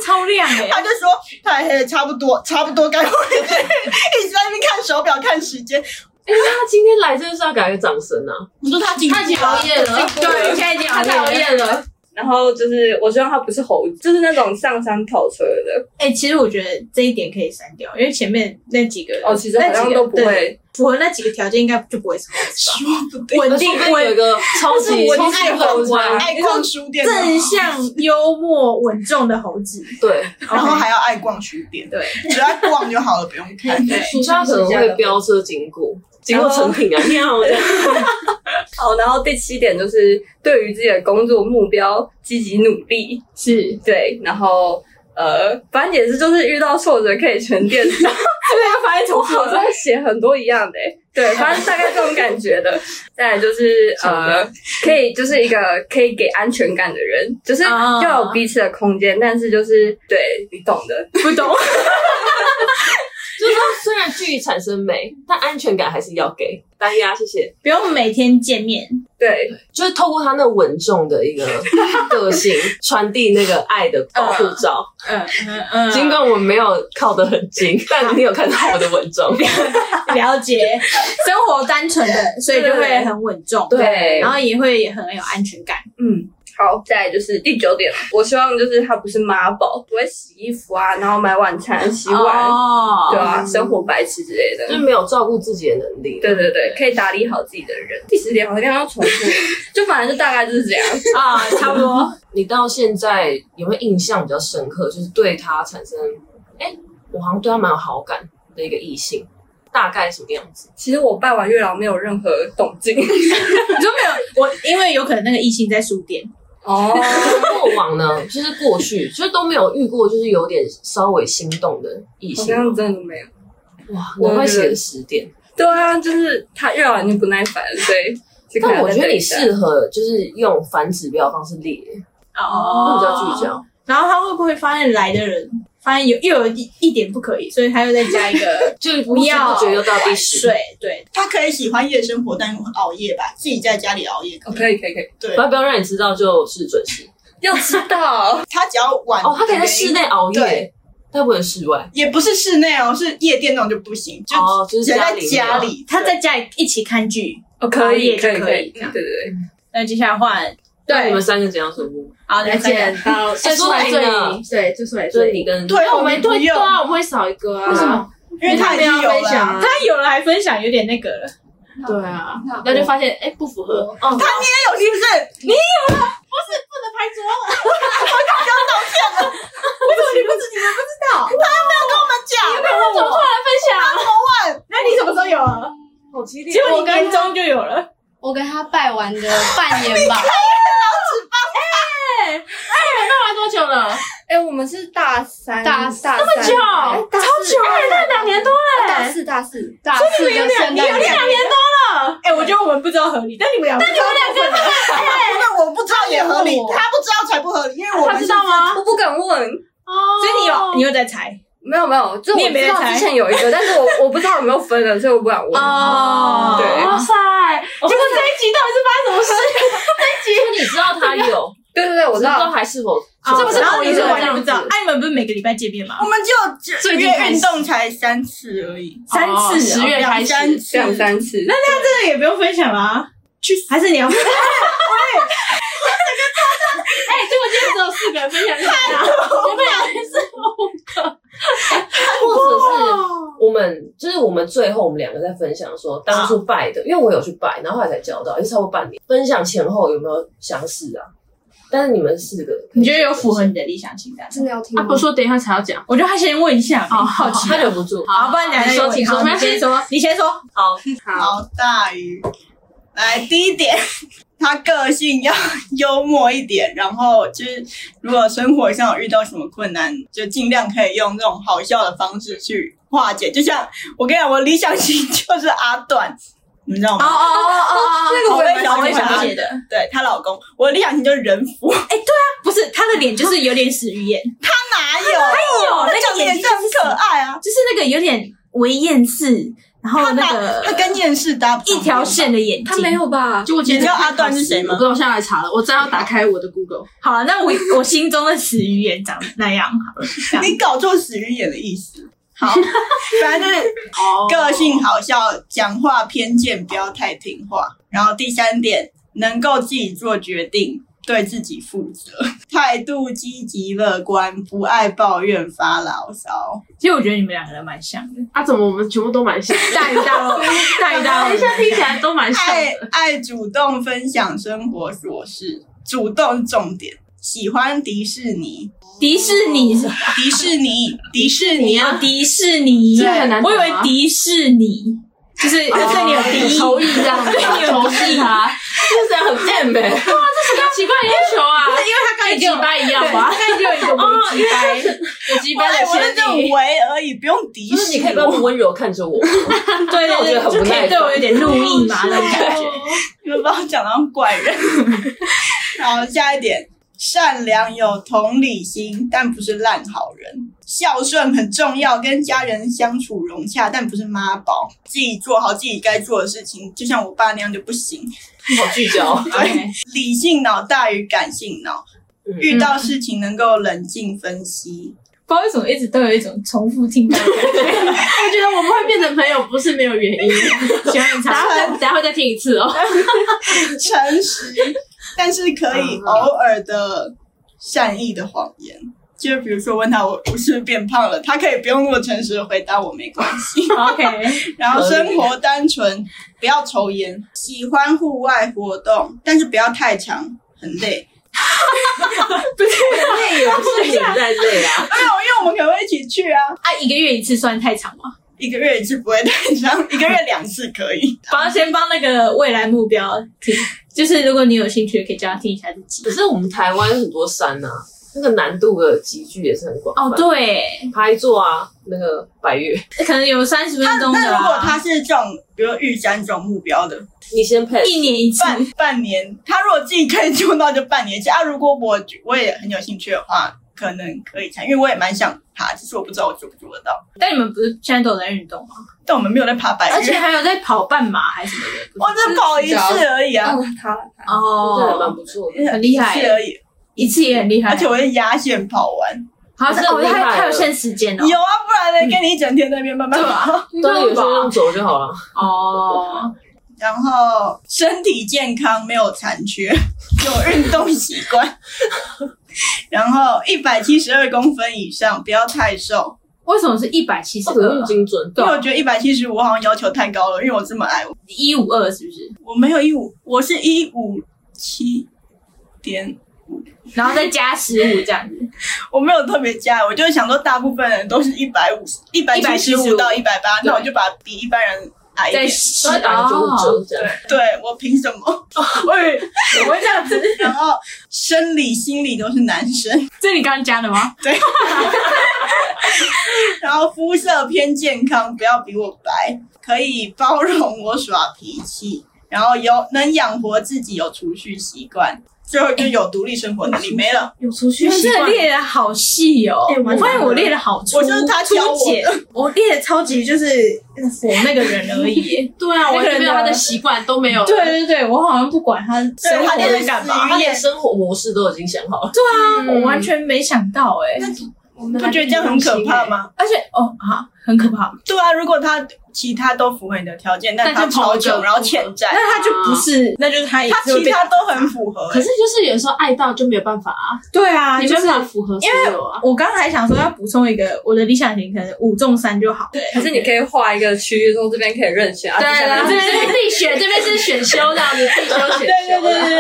Speaker 4: 超亮
Speaker 5: 欸
Speaker 4: 哎
Speaker 6: 他就说太黑了，差不多，差不多该回去。一直在那边看手表，看时间。
Speaker 1: 哎，那他今天来真的是要给他一个掌声啊！
Speaker 6: 你说他进步了，
Speaker 3: 夜了，
Speaker 5: 对，现在已经熬夜了。
Speaker 1: 了，
Speaker 7: 然后就是我希望他不是猴子，就是那种上山跑车的。
Speaker 5: 哎、其实我觉得这一点可以删掉，因为前面那几个
Speaker 7: 哦，其实好像都不
Speaker 5: 那几个对
Speaker 7: 会。
Speaker 5: 符合那几个条件，应该就不会是猴 子吧？
Speaker 1: 而
Speaker 5: 稳
Speaker 1: 且
Speaker 5: 定
Speaker 1: 我跟你有一个超级
Speaker 5: 我
Speaker 1: 超级
Speaker 5: 爱
Speaker 1: 宏观，
Speaker 6: 爱逛书店，
Speaker 5: 正向、幽默、稳重的猴子。
Speaker 1: 对，
Speaker 6: 然后还要爱逛书店，
Speaker 5: 对，
Speaker 6: 只要逛就好了，不用看。
Speaker 1: 你说他可能会飙车经过，经过成品啊，喵的。
Speaker 7: 好，然后第七点就是对于自己的工作目标积极努力，
Speaker 5: 是，
Speaker 7: 对，然后。呃，反正也是，就是遇到挫折可以沉 淀。这边啊反正我好像写很多一样的、欸，对，反正大概这种感觉的。 再来就是呃，可以就是一个可以给安全感的人，就是
Speaker 5: 啊
Speaker 7: 要有彼此的空间，但是就是对你懂的，
Speaker 5: 不懂。
Speaker 1: 就是说，虽然距离产生美，但安全感还是要给。单压，谢谢。
Speaker 5: 不用每天见面，
Speaker 7: 对，
Speaker 1: 就是透过他那稳重的 一个个性，传递那个爱的保护罩。
Speaker 5: 嗯嗯嗯
Speaker 1: 尽管我们没有靠得很近，但你有看到我的稳重。
Speaker 5: 了解，生活单纯的，所以就会很稳重，
Speaker 7: 对
Speaker 5: 然后也会很有安全感。
Speaker 7: 嗯，好，再来就是第九点，我希望就是他不是妈宝，不会洗衣服啊，然后买晚餐、洗碗，
Speaker 5: 哦
Speaker 7: 对啊，生活白痴之类的
Speaker 1: 就是。没有照顾自己的能力。
Speaker 7: 对对对，可以打理好自己的人。第十点好像要重复，就反正就大概就是这样。
Speaker 5: 啊，差不多。
Speaker 1: 你到现在有没有印象比较深刻？就是对他产生，哎、我好像对他蛮有好感的一个异性，大概什么样子？
Speaker 7: 其实我拜完月老没有任何动静。
Speaker 5: 你说没有我，因为有可能那个异性在书店，
Speaker 7: 哦，
Speaker 1: 过往呢，就是过去，就是都没有遇过，就是有点稍微心动的异
Speaker 7: 好
Speaker 1: 性。
Speaker 7: 像真的没有。
Speaker 1: 哇，我会写十点，
Speaker 7: 对啊，就是他月老已经不耐烦了，所以就可能
Speaker 1: 但我觉得
Speaker 7: 再等
Speaker 1: 你
Speaker 7: 一下
Speaker 1: 适合就是用反指标的方式列，会
Speaker 5: 哦
Speaker 1: 比较聚。焦。
Speaker 5: 然后他会不会发现来的人，发现有又有一一点不可以，所以他又再加一 个
Speaker 1: 就是
Speaker 5: 不要
Speaker 1: 不知不觉又到第十，
Speaker 5: 睡，对，
Speaker 6: 他可以喜欢夜生活，但熬夜吧，自己在家里熬夜可
Speaker 7: 哦
Speaker 6: 以。
Speaker 7: 可以可以可以，
Speaker 6: 对
Speaker 1: 不，要不要让你知道就是准时
Speaker 7: 要知道
Speaker 6: 他只要晚
Speaker 1: 哦。他可以在室内熬夜
Speaker 6: 对，
Speaker 1: 但不能室外。
Speaker 6: 也不是室内哦，是夜店那种就不行，就
Speaker 1: 哦就是
Speaker 6: 只能在
Speaker 1: 家
Speaker 6: 家
Speaker 1: 里
Speaker 6: 里。
Speaker 5: 他在家里一起看剧。
Speaker 7: 哦，可以
Speaker 5: 熬夜就
Speaker 7: 可以
Speaker 5: 可以
Speaker 7: 以，对对对，
Speaker 5: 那接下来换
Speaker 1: 那你
Speaker 5: 对
Speaker 1: 们，三个怎样分布？
Speaker 5: 好，来见。
Speaker 2: 到
Speaker 1: 哎说来呢，
Speaker 2: 对，就出来
Speaker 1: 就是你跟
Speaker 6: 对，
Speaker 2: 我们对
Speaker 6: 不用
Speaker 2: 对，啊，我们会少一个啊，
Speaker 1: 为什么？
Speaker 6: 因为他已经有哎
Speaker 2: 分享
Speaker 6: 了
Speaker 2: 啊。
Speaker 5: 他有了还分享，有点那个了。
Speaker 2: 对啊，然后就发现哎不符合，
Speaker 1: 哦，
Speaker 6: 他有是不是？你
Speaker 5: 那我怎么突然分享？那你什么时候有了？
Speaker 1: 好激烈
Speaker 5: 结果你跟踪就有了。
Speaker 8: 我跟他拜完的 半年吧，
Speaker 3: 哎
Speaker 2: 拜完多久了？
Speaker 7: 哎，我们是大三，
Speaker 8: 大
Speaker 7: 大哎这么
Speaker 8: 久
Speaker 7: 超久，
Speaker 5: 那两年多
Speaker 7: 哎
Speaker 5: 了
Speaker 8: 大四大四大四
Speaker 5: 所以你们
Speaker 8: 的
Speaker 5: 有
Speaker 8: 圣
Speaker 5: 两你有
Speaker 8: 诞节
Speaker 5: 两年多了。哎，我觉得我们不知道合理，但你们俩，但你们俩真的
Speaker 6: 因为哎我不知道也合理
Speaker 5: 他问，我
Speaker 6: 他不知道才不合理，因为我
Speaker 5: 他
Speaker 6: 们
Speaker 5: 知
Speaker 6: 是
Speaker 5: 道吗？
Speaker 7: 我不敢问。
Speaker 5: 所以你
Speaker 3: 哦
Speaker 5: 有，你又在猜
Speaker 7: 没有没有，就
Speaker 5: 你
Speaker 7: 我
Speaker 5: 也没
Speaker 7: 知
Speaker 5: 人
Speaker 7: 道
Speaker 5: 猜
Speaker 7: 之前有一个，但是我我不知道有没有分了，所以我不敢问。
Speaker 5: 哦
Speaker 7: 对
Speaker 5: 哇塞！
Speaker 1: 哦
Speaker 5: 结果这一集到底是发生什 么事？
Speaker 1: 你知道他有，
Speaker 7: 对对对，我
Speaker 1: 我
Speaker 7: 知
Speaker 1: 知道
Speaker 7: 道。
Speaker 1: 还是否
Speaker 5: 啊这不是
Speaker 1: 然后
Speaker 5: 同一
Speaker 1: 你
Speaker 5: 个
Speaker 1: 就
Speaker 5: 完全
Speaker 1: 这
Speaker 5: 不知道
Speaker 1: 样。子
Speaker 5: 哎，你们不是每个礼拜见面吗
Speaker 6: 我？们就只
Speaker 2: 最近
Speaker 6: 约
Speaker 2: 开始
Speaker 6: 运动才三次而已，
Speaker 5: 三次
Speaker 2: 十
Speaker 5: 哦
Speaker 2: 月开始，
Speaker 6: 两三次，
Speaker 7: 两
Speaker 3: 哎
Speaker 7: 三次，那
Speaker 5: 这个也不用分享啦。去，还是你要分享？
Speaker 2: 哎，结果今天只有四个人分享给大家，我们俩是
Speaker 1: 或者是我们就是我们最后我们两个在分享说当初拜的，因为我有去拜，然后后来才交到，也是超过半年。分享前后有没有相似啊？但是你们四个，
Speaker 5: 你觉得有符合你的理想清单吗？
Speaker 8: 真的要听
Speaker 3: 他啊
Speaker 7: 啊
Speaker 3: 不说，等一下才要讲。
Speaker 5: 我觉得他先问一下吧，
Speaker 3: 哦
Speaker 5: 好奇啊。
Speaker 1: 他忍 不住。
Speaker 5: 好，不然两个
Speaker 3: 你说请说
Speaker 5: 好你先说，你先说。
Speaker 1: 好，
Speaker 6: 好大鱼。来，第一点， 他个性要幽默一点，然后就是如果生活上有遇到什么困难，就尽量可以用这种好笑的方式去化解。就像我跟你讲，我理想型就是阿段，你知道吗？
Speaker 5: 哦哦哦，
Speaker 6: 那个我也蛮喜 欢
Speaker 5: 我也
Speaker 6: 看的
Speaker 5: 想写的。对，
Speaker 6: 对她老公，我的理想型就是人 夫，
Speaker 5: 不是他的脸就是有点死鱼眼，
Speaker 6: 哪有？还
Speaker 5: 有那个
Speaker 6: 长得也
Speaker 5: 眼睛
Speaker 6: 是很可爱啊，
Speaker 5: 就是那个有点微厌世，然后那
Speaker 6: 他
Speaker 5: 个
Speaker 6: 跟厌世搭不上
Speaker 5: 一条线的眼睛。
Speaker 7: 有吧？
Speaker 3: 就我今天
Speaker 6: 你知道阿段是谁吗
Speaker 3: 我不知道，我现在来查了，我正要打开我的 Google。
Speaker 5: 好了，那我我心中的死鱼眼长那样好了。 这样
Speaker 6: 你搞错死鱼眼的意思。
Speaker 5: 好，
Speaker 6: 反正就是
Speaker 3: 哦
Speaker 6: 个性好笑，讲话偏见，不要太听话。然后第三点，能够自己做决定，对自己负责，态度积极乐观，不爱抱怨发牢骚。
Speaker 5: 其实我觉得你们两个人蛮像的，
Speaker 3: 啊，怎么我们全部都蛮像？
Speaker 5: 大鱼 大肉，大鱼大
Speaker 3: 等一哎
Speaker 5: 肉。
Speaker 3: 下听起来都蛮像
Speaker 5: 哎
Speaker 6: 爱
Speaker 3: 的。
Speaker 6: 爱主动分享生活琐事，主动是重点。喜欢迪士尼，
Speaker 5: 迪士尼是
Speaker 6: 迪士尼，迪士尼
Speaker 5: 你
Speaker 6: 啊！
Speaker 5: 要迪士尼，
Speaker 3: 这很难
Speaker 5: 我
Speaker 3: 懂
Speaker 5: 以
Speaker 3: 啊
Speaker 5: 为迪士尼就是对你有敌意，
Speaker 3: 仇哦意这样子，
Speaker 5: 对你有
Speaker 3: 仇
Speaker 5: 敌
Speaker 3: 视
Speaker 5: 意。
Speaker 3: 他。
Speaker 1: 这样很贱
Speaker 3: 这
Speaker 1: 呗。
Speaker 3: 个奇怪的要求啊，
Speaker 5: 因为他刚才
Speaker 3: 跟
Speaker 5: 就
Speaker 3: 鸡巴一样吧？
Speaker 5: 刚才就有一个无鸡掰，
Speaker 3: 有鸡
Speaker 6: 我
Speaker 3: 巴的
Speaker 6: 我
Speaker 3: 嫌
Speaker 6: 就
Speaker 3: 疑。
Speaker 6: 围而已，不用迪
Speaker 1: 就
Speaker 6: 士
Speaker 1: 是
Speaker 6: 尼。
Speaker 1: 你可以不要那么温柔 看着我，
Speaker 5: 对
Speaker 1: 那我觉
Speaker 5: 对对，
Speaker 1: 得很
Speaker 5: 就
Speaker 1: 不
Speaker 5: 可
Speaker 1: 耐
Speaker 5: 以
Speaker 1: 烦
Speaker 5: 对我有点入意嘛那种感觉。
Speaker 6: 你们把我讲到怪人。然后下一点，善良有同理心，但不是烂好人。孝顺很重要，跟家人相处融洽，但不是妈宝。自己做好自己该做的事情，就像我爸那样就不行。
Speaker 1: 好聚焦。
Speaker 6: 对，理性脑大于感性脑
Speaker 1: 嗯。
Speaker 6: 遇到事情能够冷静分析，
Speaker 5: 不知道为什么一直都有一种重复听到的感觉。
Speaker 3: 我觉得我们会变成朋友不是没有原 因。
Speaker 5: 喜欢
Speaker 3: 等
Speaker 5: 你查
Speaker 3: 下会等下会再听一次哦。
Speaker 6: 诚实，但是可以偶尔的善意的谎言。就比如说问他我我是不是变胖了，他可以不用那么诚实的回答我没关系。
Speaker 5: ，OK，啊
Speaker 6: 然后生活单纯，不要抽烟，喜欢户外活动，但是不要太长，很累。
Speaker 5: 啊
Speaker 1: 那 也不是你在这里啊，
Speaker 6: 没有，因为我们可能会一起去啊，
Speaker 5: 啊，一个月一次算太长吗？
Speaker 6: 一个月一次不会太长，一个月两次可以。
Speaker 5: 帮先帮那个未来目标听，就是如果你有兴趣，可以叫他听一下自己。
Speaker 1: 可是我们台湾很多山呐、啊，那个难度的集聚也是很广。
Speaker 5: 哦，，对，
Speaker 1: 拍座啊，那个百越，
Speaker 5: 可能有三十分钟的、啊。嗯
Speaker 6: 那如果他是这种，比如玉山这种目标的，
Speaker 1: 你先配。
Speaker 5: 一年一次，
Speaker 6: 半半年，他如果自己可以做到就半年一次啊。如果我我也很有兴趣的话，可能可以参与，因为我也蛮想爬，只是我不知道我做不做得到。
Speaker 5: 但你们不是现在都有在运动吗？
Speaker 6: 但我们没有在爬百
Speaker 5: 而且
Speaker 6: 越，
Speaker 5: 还有在跑半马还是什么的。
Speaker 6: 我只跑一次而已啊，
Speaker 8: 他
Speaker 1: 这还
Speaker 5: 哦，
Speaker 1: 蛮不错的，
Speaker 5: 很厉害
Speaker 6: 一次而已，
Speaker 5: 一次也很厉害。
Speaker 6: 而且我是压线跑完。
Speaker 5: 好像
Speaker 1: 这
Speaker 5: 是哦，
Speaker 1: 很厉害
Speaker 5: 他
Speaker 1: 了
Speaker 5: 他有限时间哦。
Speaker 6: 有啊，不然呢？跟你一整天在那边慢慢
Speaker 5: 啊
Speaker 6: 跑。
Speaker 1: 那有些用走就好了。
Speaker 5: 哦，
Speaker 6: 然后身体健康，没有残缺， 有运动习惯。 然后一百七十二公分以上，不要太瘦，
Speaker 5: 为什么是一百七十
Speaker 1: 这个用
Speaker 5: 二？
Speaker 1: 精准，
Speaker 6: 因
Speaker 5: 啊
Speaker 6: 为我觉得一百七十五好像要求太高了，因为我这么矮，
Speaker 5: 一五二是不是？
Speaker 6: 我没有一五，我是一五七点，
Speaker 5: 然后再加十五 这样子。
Speaker 6: 我没有特别加，我就是想说大部分人都是一百五、一百七十五
Speaker 5: 175
Speaker 6: 到一百八，那我就把比一般人矮一
Speaker 5: 在
Speaker 6: 点。
Speaker 5: 十
Speaker 1: 它会打个九
Speaker 5: 哦，
Speaker 1: 五折这样。
Speaker 6: 对我凭什 么？
Speaker 5: 喂，怎么会这样子？
Speaker 6: 然后生理、心理都是男生，
Speaker 5: 这你刚刚加的吗？
Speaker 6: 然后肤色偏健康，不要比我白，可以包容我耍脾气，然后有能养活自己，有储蓄习惯，最后就有独立生活能力。没了，
Speaker 5: 有储蓄
Speaker 3: 习惯
Speaker 5: 这列的好细哦，
Speaker 3: 哎
Speaker 5: 我
Speaker 3: 完
Speaker 5: 发
Speaker 3: 蛋
Speaker 5: 现我列的好粗，
Speaker 6: 我就是他
Speaker 5: 粗
Speaker 6: 教我
Speaker 5: 简，
Speaker 6: 的，
Speaker 5: 我列的超级就是嗯我那个人而已耶。
Speaker 3: 对啊，
Speaker 5: 那
Speaker 3: 我
Speaker 5: 个人
Speaker 3: 全没有
Speaker 5: 的
Speaker 3: 他的习惯都没有。
Speaker 5: 对对对，我好像不管他生活在干嘛，
Speaker 1: 他连生活模式都已经想好了，
Speaker 3: 嗯
Speaker 5: 啊我完全没想到哎，
Speaker 8: 我们
Speaker 6: 不觉得这样很可怕吗？
Speaker 5: 而且哦啊，很可怕，
Speaker 6: 对啊，如果他其他都符合你的条件，但
Speaker 3: 但
Speaker 6: 他
Speaker 3: 就跑
Speaker 6: 超
Speaker 3: 不
Speaker 6: 穷，
Speaker 3: 久
Speaker 6: 然后欠债，啊
Speaker 5: 那他就不是，那就是他也
Speaker 6: 他
Speaker 5: 是会
Speaker 6: 其
Speaker 5: 被
Speaker 6: 他都很 符合、
Speaker 3: 可是就是有时候爱到就没有办法啊，
Speaker 5: 对啊，
Speaker 3: 你
Speaker 5: 就
Speaker 3: 没
Speaker 5: 是
Speaker 3: 办法符合所有啊。
Speaker 5: 我刚才想说要补充一个，我的理想型可能五中三就好。对，
Speaker 7: 可是你可以画一个区域，说这边可以任选啊，
Speaker 3: 对
Speaker 7: 这边
Speaker 3: 啦，这边是必选，这边是选修这样子，必修选修。
Speaker 6: 对对对，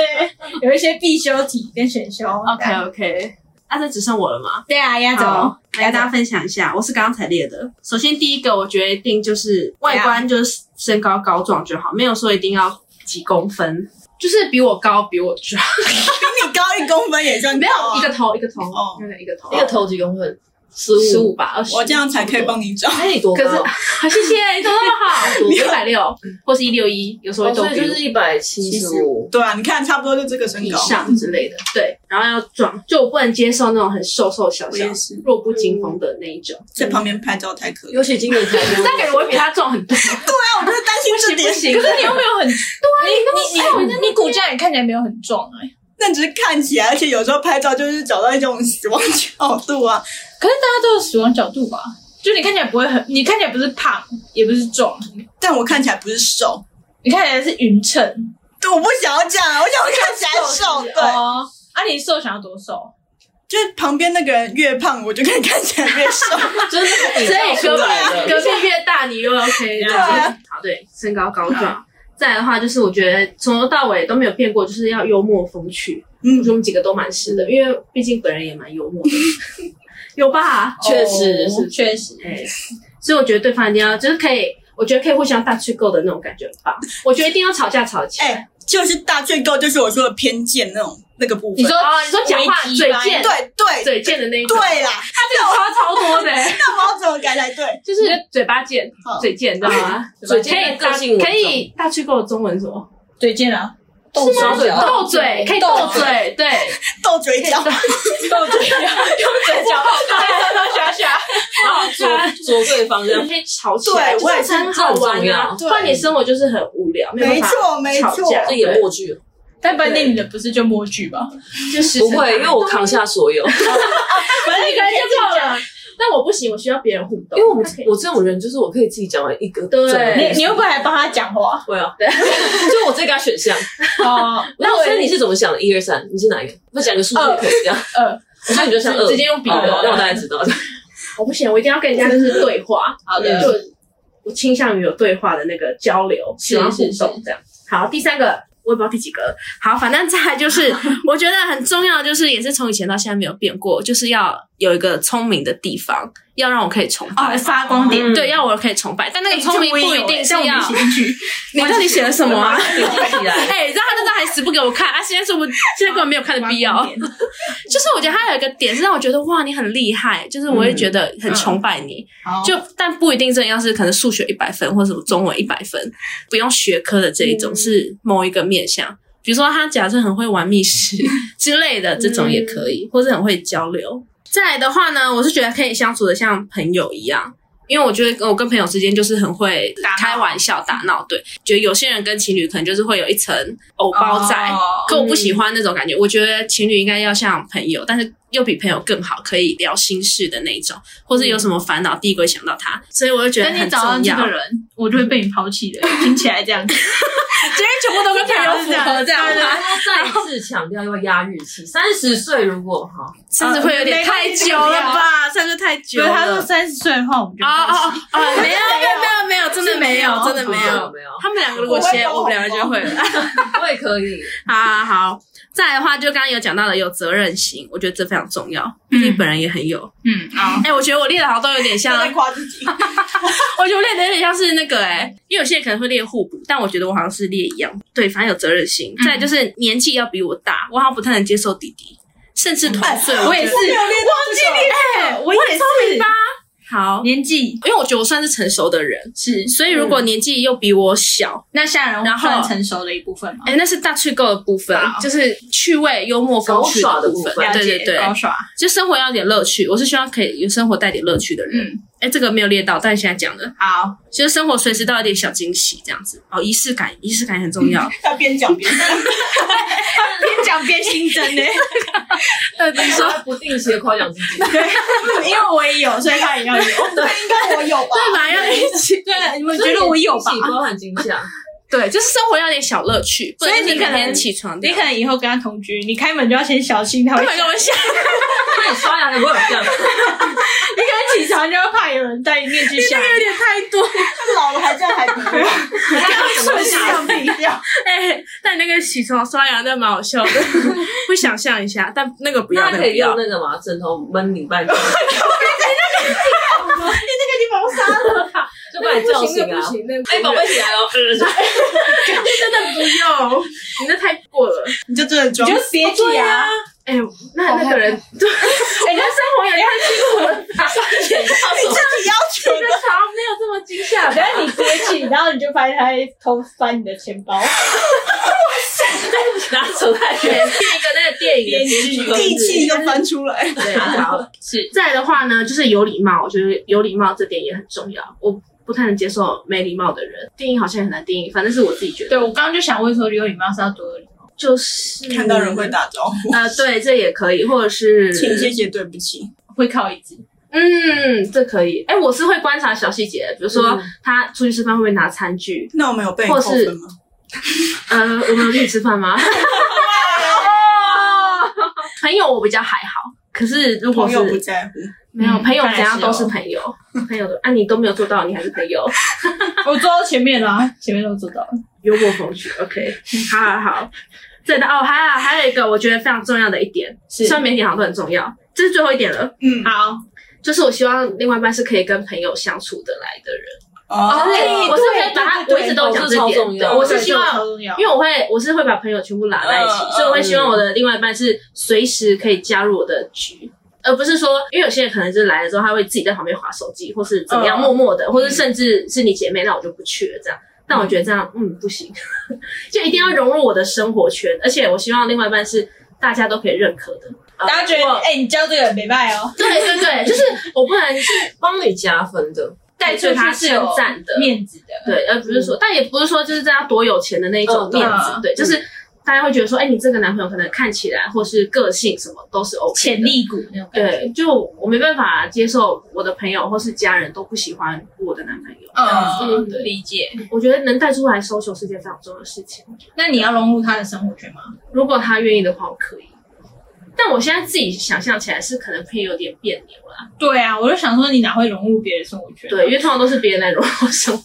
Speaker 5: 有一些必修题跟选修。
Speaker 4: OK OK，那这只剩我了吗？
Speaker 5: 对啊，压轴
Speaker 4: 好，来跟大家分享一下，我是刚刚才列的。首先第一个，我决定就是外观就是身高高壮就好，没有说一定要几公分，就是比我高比我壮，
Speaker 6: 比你高一公分也 算
Speaker 4: 没
Speaker 6: 高
Speaker 4: 有
Speaker 6: 啊
Speaker 4: 一个头一个头
Speaker 6: 哦，
Speaker 4: 对一个头
Speaker 1: 那个头几公分，十
Speaker 4: 十
Speaker 1: 五。
Speaker 4: 五吧，二十。
Speaker 6: 我这样才可以帮你找。
Speaker 1: 那你多
Speaker 4: 可
Speaker 1: 高？
Speaker 4: 是， 好谢谢，你怎么那么好？一百六或是一六一，有时候会
Speaker 1: 哦
Speaker 4: 都
Speaker 1: 所以
Speaker 4: 比
Speaker 1: 就是一百七十五，
Speaker 6: 对啊，你看差不多就这个身
Speaker 4: 以
Speaker 6: 高。
Speaker 4: 上之类的。对，然后要壮，就我不能接受那种很瘦瘦小
Speaker 6: 我
Speaker 4: 小
Speaker 6: 也是、
Speaker 4: 弱不禁风的那一种。
Speaker 6: 在旁边拍照太可怜。
Speaker 1: 尤其今年 才
Speaker 4: 可是他感觉我会比他壮很多，
Speaker 6: 那我就是担心这点，
Speaker 5: 可是你又没有 很，对啊你你你你骨架也看起来没有很壮哎，
Speaker 6: 但只是看起来，而且有时候拍照就是找到一种死亡角度啊。
Speaker 5: 可是大家都有死亡角度吧？就你看起来不会很，你看起来不是胖，也不是壮，
Speaker 6: 但我看起来不是瘦，
Speaker 5: 你看起来是匀称。
Speaker 6: 对，我不想要这样啊，我想要看起来瘦，对，
Speaker 5: 哦，啊，你瘦想要多瘦？
Speaker 6: 就是旁边那个人越胖，我就可以看起来越瘦。
Speaker 1: 就是你
Speaker 4: 所以隔壁
Speaker 1: 来的。
Speaker 4: 隔壁越大，你越 OK 这
Speaker 6: 对
Speaker 4: 样
Speaker 6: 啊
Speaker 4: 子。好，对，身高高壮。再来的话，就是我觉得从头到尾都没有变过，就是要幽默风趣。我
Speaker 6: 嗯
Speaker 4: 觉，得我们几个都蛮是的，因为毕竟本人也蛮幽默的，有吧？
Speaker 1: 确实
Speaker 5: 哦
Speaker 1: 是
Speaker 5: 确实。
Speaker 4: 哎，所以我觉得对方一定要就是可以，我觉得可以互相大去够的那种感觉很棒。我觉得一定要吵架吵起
Speaker 6: 哎、
Speaker 4: 来。
Speaker 6: 就是大最高，就是我说的偏见那种那个部
Speaker 5: 你
Speaker 6: 分。
Speaker 5: 说
Speaker 4: 哦，你说讲话
Speaker 5: 危机
Speaker 4: 嘴
Speaker 5: 吧
Speaker 4: 贱，
Speaker 6: 对对
Speaker 4: 嘴贱的那一种，
Speaker 6: 对啦，
Speaker 4: 他这个差超多的欸，
Speaker 6: 那我要怎么改才对？
Speaker 4: 就是嘴巴贱
Speaker 6: 好，
Speaker 4: 嘴贱，你知 道吗？
Speaker 1: 嘴
Speaker 4: 可以
Speaker 1: 贱的
Speaker 4: 大
Speaker 1: 个性我
Speaker 4: 可以大去够的中文是什么？
Speaker 5: 嘴贱啊，
Speaker 1: 动手脚，
Speaker 4: 斗嘴，可以斗 嘴，对，
Speaker 6: 斗嘴角，
Speaker 5: 斗嘴啊，用嘴角，上上下下。
Speaker 1: 然后左 左对方这样。
Speaker 4: 可以吵起来，
Speaker 6: 对
Speaker 4: 就是
Speaker 6: 我也
Speaker 1: 是
Speaker 4: 很好
Speaker 1: 这很
Speaker 4: 玩
Speaker 1: 重
Speaker 4: 啊
Speaker 1: 要。
Speaker 6: 对
Speaker 4: 不然你生活就是很无聊，没有
Speaker 6: 没
Speaker 4: 办法
Speaker 6: 错没
Speaker 4: 吵
Speaker 6: 错，
Speaker 4: 架
Speaker 1: 这也默剧了，
Speaker 5: 但饭店里的不是就默剧吧？
Speaker 4: 就是
Speaker 1: 不会，因为我扛下所有，
Speaker 4: 反正一个人就够了。但我不行，我需要别人互 动，
Speaker 1: 因为我们
Speaker 4: 他可以
Speaker 1: 我这种人就是我可以自己讲完一个
Speaker 4: 对
Speaker 1: 整个
Speaker 5: 你
Speaker 1: 故事
Speaker 5: 你又不还帮他讲话？
Speaker 1: 对啊，就我这个选项。
Speaker 5: 哦，
Speaker 1: 那我
Speaker 5: 觉
Speaker 1: 所
Speaker 5: 得
Speaker 1: 以你是怎么想的？一二三，你是哪一个？我讲个数字也可以这样。
Speaker 5: 二，
Speaker 1: 我觉得你就像二，
Speaker 4: 直接用笔
Speaker 1: 好
Speaker 4: 的
Speaker 1: 让我大概知道。
Speaker 4: 我不行，我一定要跟人家就是对话，
Speaker 5: 好
Speaker 4: 就
Speaker 5: 的，
Speaker 4: 我倾向于有对话的那个交流，喜欢互动这样。好，第三个。我也不知道第几个了。好，反正再来就是， 我觉得很重要，就是也是从以前到现在没有变过，就是要有一个聪明的地方，要让我可以崇拜。
Speaker 5: 哦，
Speaker 4: 嗯
Speaker 5: 发光点，哎
Speaker 4: 对，要我可以崇拜，但那个聪明不一定是要。你到底写了什么 啊？
Speaker 1: 点起来。
Speaker 4: 哎、你知道他那张还死不给我看啊！现在是不，现在根本没有看的必要。哦就是我觉得他有一个点是让我觉得哇，你很厉害，就是我会觉得
Speaker 5: 嗯
Speaker 4: 很崇拜你。
Speaker 5: 哦
Speaker 4: 就但不一定真的要是可能数学一百分或者什么中文一百分，不用学科的这一种、是某一个面向。比如说他假设很会玩密 室之类的，这种也可以，或是很会交流。再来的话呢，我是觉得可以相处的像朋友一样，因为我觉得跟我跟朋友之间就是很会开玩笑打闹，对，觉得有些人跟情侣可能就是会有一层偶包在，
Speaker 5: 哦
Speaker 4: 可我不喜欢那种感觉。我觉得情侣应该要像朋友，但是又比朋友更好，可以聊心事的那种，或是有什么烦恼第一个会想到他，所以我就觉得
Speaker 5: 等你
Speaker 4: 很
Speaker 5: 找到
Speaker 4: 重
Speaker 5: 这
Speaker 4: 要
Speaker 5: 个。人，我就会被你抛弃的。听起来这样子，
Speaker 4: 今天全部都跟 朋友符合这样吗？
Speaker 1: 再次强调要压日期，三十岁如果哈，
Speaker 4: 甚至会有点太久了吧？甚至太久
Speaker 5: 对，他说
Speaker 4: 了。
Speaker 5: 三十岁的话，我们就
Speaker 4: 哦哦哦， 没有没有没有没有，真的没有，真的没有。
Speaker 1: 没有，
Speaker 4: 他们两个如果先，我们两个就会了。
Speaker 1: 我也可以。
Speaker 4: 好好好，再来的话，就刚刚有讲到的有责任心，我觉得这非常重要，毕竟本人也很有。
Speaker 5: 嗯，好，
Speaker 4: 哎、我觉得我列的好像都有点 像，
Speaker 6: 在夸自己。
Speaker 4: 我觉得我列的有点像是那个哎、因为有些人可能会列互补，但我觉得我好像是列一样。对，反正有责任心。
Speaker 5: 嗯
Speaker 4: 再来就是年纪要比我大，我好像不太能接受弟弟，甚至同
Speaker 5: 嗯
Speaker 4: 岁。
Speaker 5: 我也是，
Speaker 6: 没有练到这
Speaker 5: 哎，我也是，
Speaker 4: 好，
Speaker 5: 年纪
Speaker 4: 因为我觉得我算是成熟的人，
Speaker 5: 是
Speaker 4: 所以如果年纪又比我小，
Speaker 5: 嗯那吓人，
Speaker 4: 然后
Speaker 5: 算成熟的一部分嘛
Speaker 4: 哎、，那是大趣够的部分
Speaker 5: 好，
Speaker 4: 就是趣味、幽默、风趣
Speaker 1: 搞耍的
Speaker 4: 部
Speaker 1: 部
Speaker 4: 分
Speaker 1: 分。
Speaker 5: 了
Speaker 4: 对
Speaker 5: 解
Speaker 4: 对对，
Speaker 5: 高耍，
Speaker 4: 就生活要有点乐趣，我是希望可以有生活带点乐趣的人。
Speaker 5: 嗯，
Speaker 4: 哎、这个没有列到，但现在讲的。
Speaker 5: 好，
Speaker 4: 就是生活随时都有点小惊喜这样子哦，仪式感，仪式感也很 重要。
Speaker 6: 他边讲边
Speaker 5: 边讲边新增呢，
Speaker 4: 呃，比如说，
Speaker 1: 他不定期的夸奖自己，
Speaker 5: 嗯因为我也有，所以他也 要有，
Speaker 6: 应该我有吧？
Speaker 4: 对吧？要一起，
Speaker 5: 对，你们觉得我有吧
Speaker 1: 惊？喜包含惊吓，
Speaker 4: 对，就是生活要有点小乐趣，
Speaker 5: 所以你
Speaker 4: 不然就是
Speaker 5: 可能
Speaker 4: 每天起床 这
Speaker 5: 你
Speaker 4: 样，
Speaker 5: 可能以后跟他同居，你开门就要先小心他会
Speaker 4: 根本
Speaker 5: 吓
Speaker 4: 跟我想，
Speaker 1: 那你刷牙有没有这样？
Speaker 5: 你可能 起床就会怕有人戴面具下来，
Speaker 4: 有点太多，
Speaker 6: 老了还这样还不够，
Speaker 4: 还要
Speaker 1: 什么想
Speaker 6: 想比较，
Speaker 3: 哎、但那个洗头刷牙那蛮好笑的，会想象一下，但那个不要，
Speaker 1: 那
Speaker 3: 那
Speaker 1: 可
Speaker 3: 个
Speaker 1: 以
Speaker 3: 不
Speaker 1: 用
Speaker 3: 要。
Speaker 1: 那个嘛，枕头闷你半天，就把你叫醒啊！哎，宝贝起来了，呃
Speaker 4: 你那太过了。
Speaker 6: 你就真的装
Speaker 7: 就憋气呀，
Speaker 4: 哎、那那个人，对，人家生活也太辛苦了，
Speaker 6: 要求的，
Speaker 4: 常没有这么惊吓
Speaker 7: 然后你憋气，然后你就发现他在偷翻你的钱包，
Speaker 1: 拿手太远，
Speaker 4: 一个那个电影的结局
Speaker 6: 地气就翻出来。
Speaker 4: 对，好是。再来的话呢，就是有礼貌，我觉得有礼貌这点也很重要。我不太能接受没礼貌的人，定义好像也很难定义，反正是我自己觉得，
Speaker 5: 对我刚刚就想问说，有礼貌是要多有礼貌？
Speaker 4: 就是
Speaker 6: 看到人会打招呼，
Speaker 4: 啊、对，这也可以，或者是
Speaker 6: 请谢谢对不起，
Speaker 5: 会靠椅子，
Speaker 4: 嗯，这可以。哎，我是会观察小细节，比如
Speaker 6: 嗯
Speaker 4: 说他出去吃饭会不会拿餐具？
Speaker 6: 那我们有被扣分吗？
Speaker 4: 呃，我们有去吃饭吗？ 朋友我比较还好，可是如果
Speaker 6: 朋
Speaker 4: 是
Speaker 6: 友不在乎，
Speaker 4: 没有
Speaker 5: 嗯
Speaker 4: 朋友
Speaker 5: 当然
Speaker 4: 怎样
Speaker 5: 是
Speaker 4: 都
Speaker 5: 哦
Speaker 4: 是朋友，朋友的啊，你都没有做到，你还是朋友，
Speaker 5: 我坐到前面啦、前面都做到了。
Speaker 4: 幽默风趣，OK，好 好好。对的哦，还有还有一个我觉得非常重要的一点，虽然每一点好像都很重要，这是最后一点了。
Speaker 6: 嗯，
Speaker 4: 好，就是我希望另外一半是可以跟朋友相处得来的人。
Speaker 6: 哦
Speaker 4: 哎我是可以把它，我一直都有讲这
Speaker 1: 这超
Speaker 4: 点，
Speaker 1: 重要
Speaker 4: 对我是
Speaker 5: 对
Speaker 4: 希
Speaker 5: 这个
Speaker 4: 望
Speaker 5: 超。重要
Speaker 4: 因为我会，我是会把朋友全部拉在一起，
Speaker 6: 嗯
Speaker 4: 所以我会希望我的另外一半是随时可以加入我的局，而不是说，因为有些人可能就是来了之后，他会自己在旁边划手机，或是怎么样，
Speaker 6: 嗯
Speaker 4: 默默的，或是甚至是你姐妹，那我就不去了这样。但我觉得这样，嗯，不行， 就一定要融入我的生活圈，而且我希望另外一半是大家都可以认可的。呃
Speaker 5: 大家觉得，
Speaker 4: 我
Speaker 5: 哎、你教这个没败哦，
Speaker 4: 对对对，就是我不能去
Speaker 1: 帮你加分的，
Speaker 5: 带出
Speaker 4: 对他
Speaker 5: 去是有
Speaker 4: 称赞的
Speaker 5: 面子的。
Speaker 4: 对，而不是说，但也不是说就是大家多有钱的那一种
Speaker 1: 嗯
Speaker 4: 面子，
Speaker 5: 嗯
Speaker 4: 对，就是大家会觉得说，哎、你这个男朋友可能看起来或是个性什么都是 OK 的
Speaker 5: 潜。力股那种感觉，
Speaker 4: 对，就我没办法接受我的朋友或是家人都不喜欢我的男朋友。
Speaker 5: 嗯，
Speaker 4: 对
Speaker 5: 理解。
Speaker 4: 我觉得能带出来 social 是件非常重要的事情。
Speaker 5: 那你要融入他的生活圈吗？
Speaker 4: 如果他愿意的话，我可以。但我现在自己想象起来是可能会有点别扭啦。
Speaker 5: 对啊，我就想说你哪会融入别人的生活圈？
Speaker 4: 对，因为通常都是别人 来融入我生活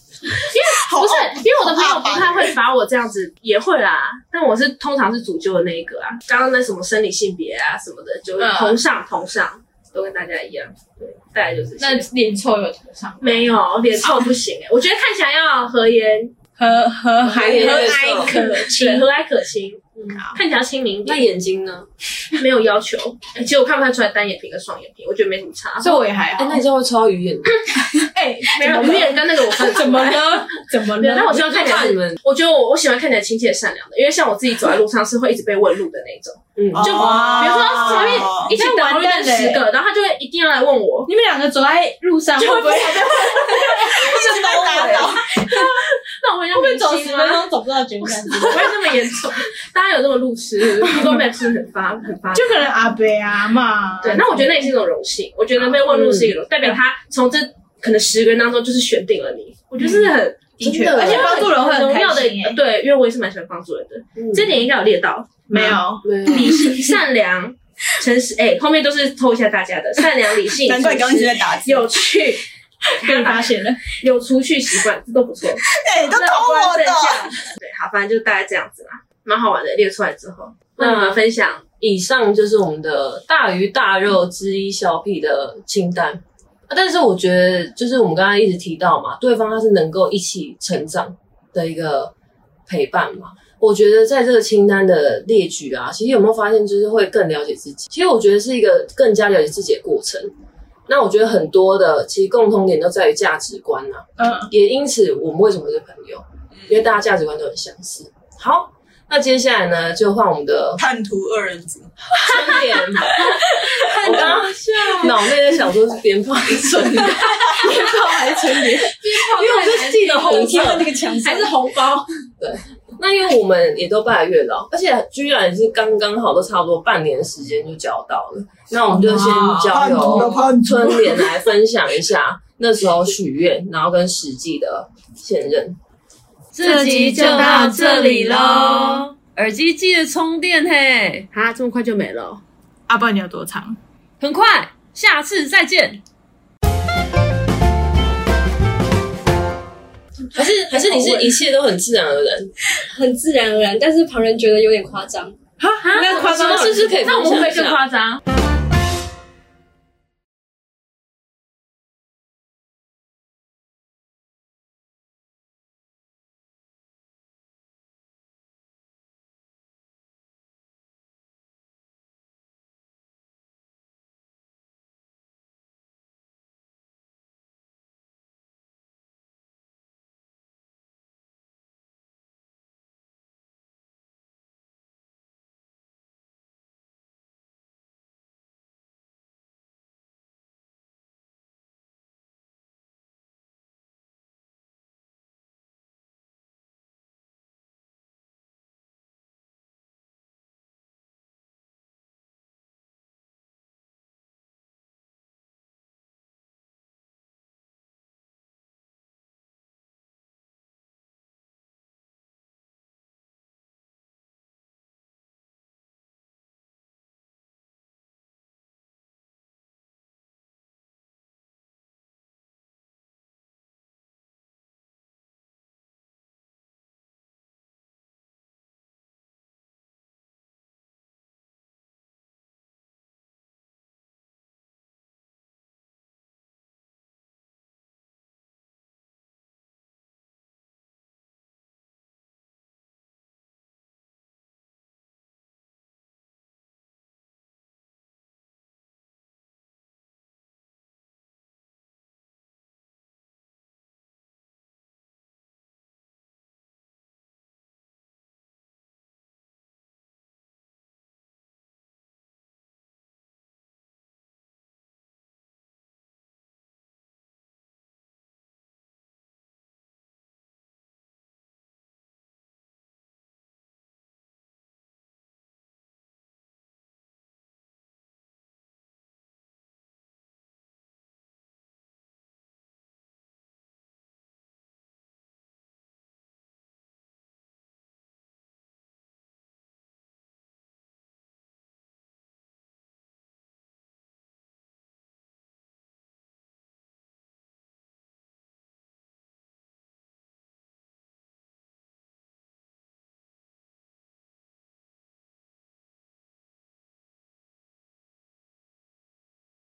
Speaker 6: 好
Speaker 4: 不是，因为我的朋友
Speaker 6: 好
Speaker 4: 不
Speaker 6: 好
Speaker 4: 太会把我这样子，也会啦。但我是通常是主揪的那一个啊。刚刚那什么生理性别啊什么的，就
Speaker 5: 嗯
Speaker 4: 同上同上，都跟大家一样。对，大概就是这
Speaker 5: 那
Speaker 4: 些
Speaker 5: 脸臭有头上
Speaker 4: 没有脸臭不行哎、我觉得看起来要和颜，
Speaker 5: 和和
Speaker 1: 和
Speaker 5: 还
Speaker 1: 颜
Speaker 5: 和
Speaker 1: 悦
Speaker 5: 蔼
Speaker 1: 色
Speaker 5: 可
Speaker 4: 对，
Speaker 5: 亲
Speaker 4: 和，蔼可亲，嗯看起来亲民一
Speaker 1: 那
Speaker 4: 点，
Speaker 1: 眼睛呢？
Speaker 4: 没有要求。哎其实我看不太出来单眼皮跟双眼皮，我觉得没什么差。
Speaker 5: 这我也还
Speaker 1: 哎，
Speaker 5: 好
Speaker 1: 那。你这样会超鱼眼的，
Speaker 5: 哎，
Speaker 4: 没有鱼眼跟那个我看得出来
Speaker 5: 怎么了？怎么
Speaker 4: 没有，
Speaker 5: 了？
Speaker 4: 但我希望看起来
Speaker 1: 怕
Speaker 4: 是
Speaker 1: 你们
Speaker 4: 我觉得我我喜欢看起来亲切善良的，因为像我自己走在路上是会一直被问路的那种。
Speaker 1: 嗯，
Speaker 4: 就
Speaker 5: 哦
Speaker 4: 比如说前面
Speaker 6: 哦
Speaker 4: 一起等会认十个，然后他就会一定要来问我，
Speaker 5: 你们两个走在路上会不会
Speaker 6: 正在打扰，
Speaker 4: 那我会像
Speaker 5: 会
Speaker 4: 明
Speaker 5: 走十
Speaker 4: 星
Speaker 5: 分
Speaker 4: 吗？
Speaker 5: 钟走不到捷运站？
Speaker 4: 不会这么严重，大家有这么路痴，Google Map 是很发很发 达。
Speaker 5: 就可能阿伯啊嘛。
Speaker 4: 对，那我觉得那也是一种荣幸，我觉得被问路是一种代表他从这可能十个人当中就是选定了你，我觉得是很
Speaker 5: 的确，
Speaker 1: 真的
Speaker 5: 而且帮助人会
Speaker 4: 很
Speaker 5: 很
Speaker 4: 荣
Speaker 5: 开
Speaker 4: 耀的
Speaker 5: 心。哎，
Speaker 4: 对，因为我也是蛮喜欢帮助人的，
Speaker 1: 嗯
Speaker 4: 这点应该有列到
Speaker 5: 没有，
Speaker 1: 没有
Speaker 4: 理性、善良、诚实，哎，后面都是偷一下大家的善良、理性、
Speaker 6: 难怪你刚刚一直在打字，
Speaker 4: 有趣、
Speaker 5: 被你发现了。
Speaker 4: 有储蓄习惯，这都不错。
Speaker 6: 哎，都偷我的，
Speaker 4: 对，好，反正就大概这样子啦，蛮好玩的。列出来之后，那你们分享，
Speaker 1: 以上就是我们的大鱼大肉之一小屁的清单。啊但是我觉得，就是我们刚刚一直提到嘛，对方他是能够一起成长的一个陪伴嘛。我觉得在这个清单的列举啊，其实有没有发现，就是会更了解自己。其实我觉得是一个更加了解自己的过程。那我觉得很多的其实共同点都在于价值观啊，
Speaker 5: 嗯，
Speaker 1: 也因此我们为什么是朋友，因为大家价值观都很相似。好，那接下来呢，就换我们的
Speaker 6: 叛徒二人组，
Speaker 1: 春联，我刚刚脑内在想说是鞭炮还是春联，鞭炮还是春联，因为我就记得红色那个墙还是红包。对， 那因为我们也都拜了月老，而且居然是刚刚好都差不多半年时间就交到了，那我们就先交由
Speaker 6: 叛
Speaker 1: 春联来分享一下那时候许愿，然后跟实际的现任。
Speaker 2: 这集就到这里喽，
Speaker 9: 耳机记得充电嘿，
Speaker 4: 啊，这么快就没了哦。
Speaker 5: 阿爸你有多长？
Speaker 9: 很快，下次再见。
Speaker 1: 还是还是你是一切都很自然而然？
Speaker 7: 很自然而然，但是旁人觉得有点夸张。
Speaker 1: 那夸张是不是可以？
Speaker 5: 那我们会不会更夸张？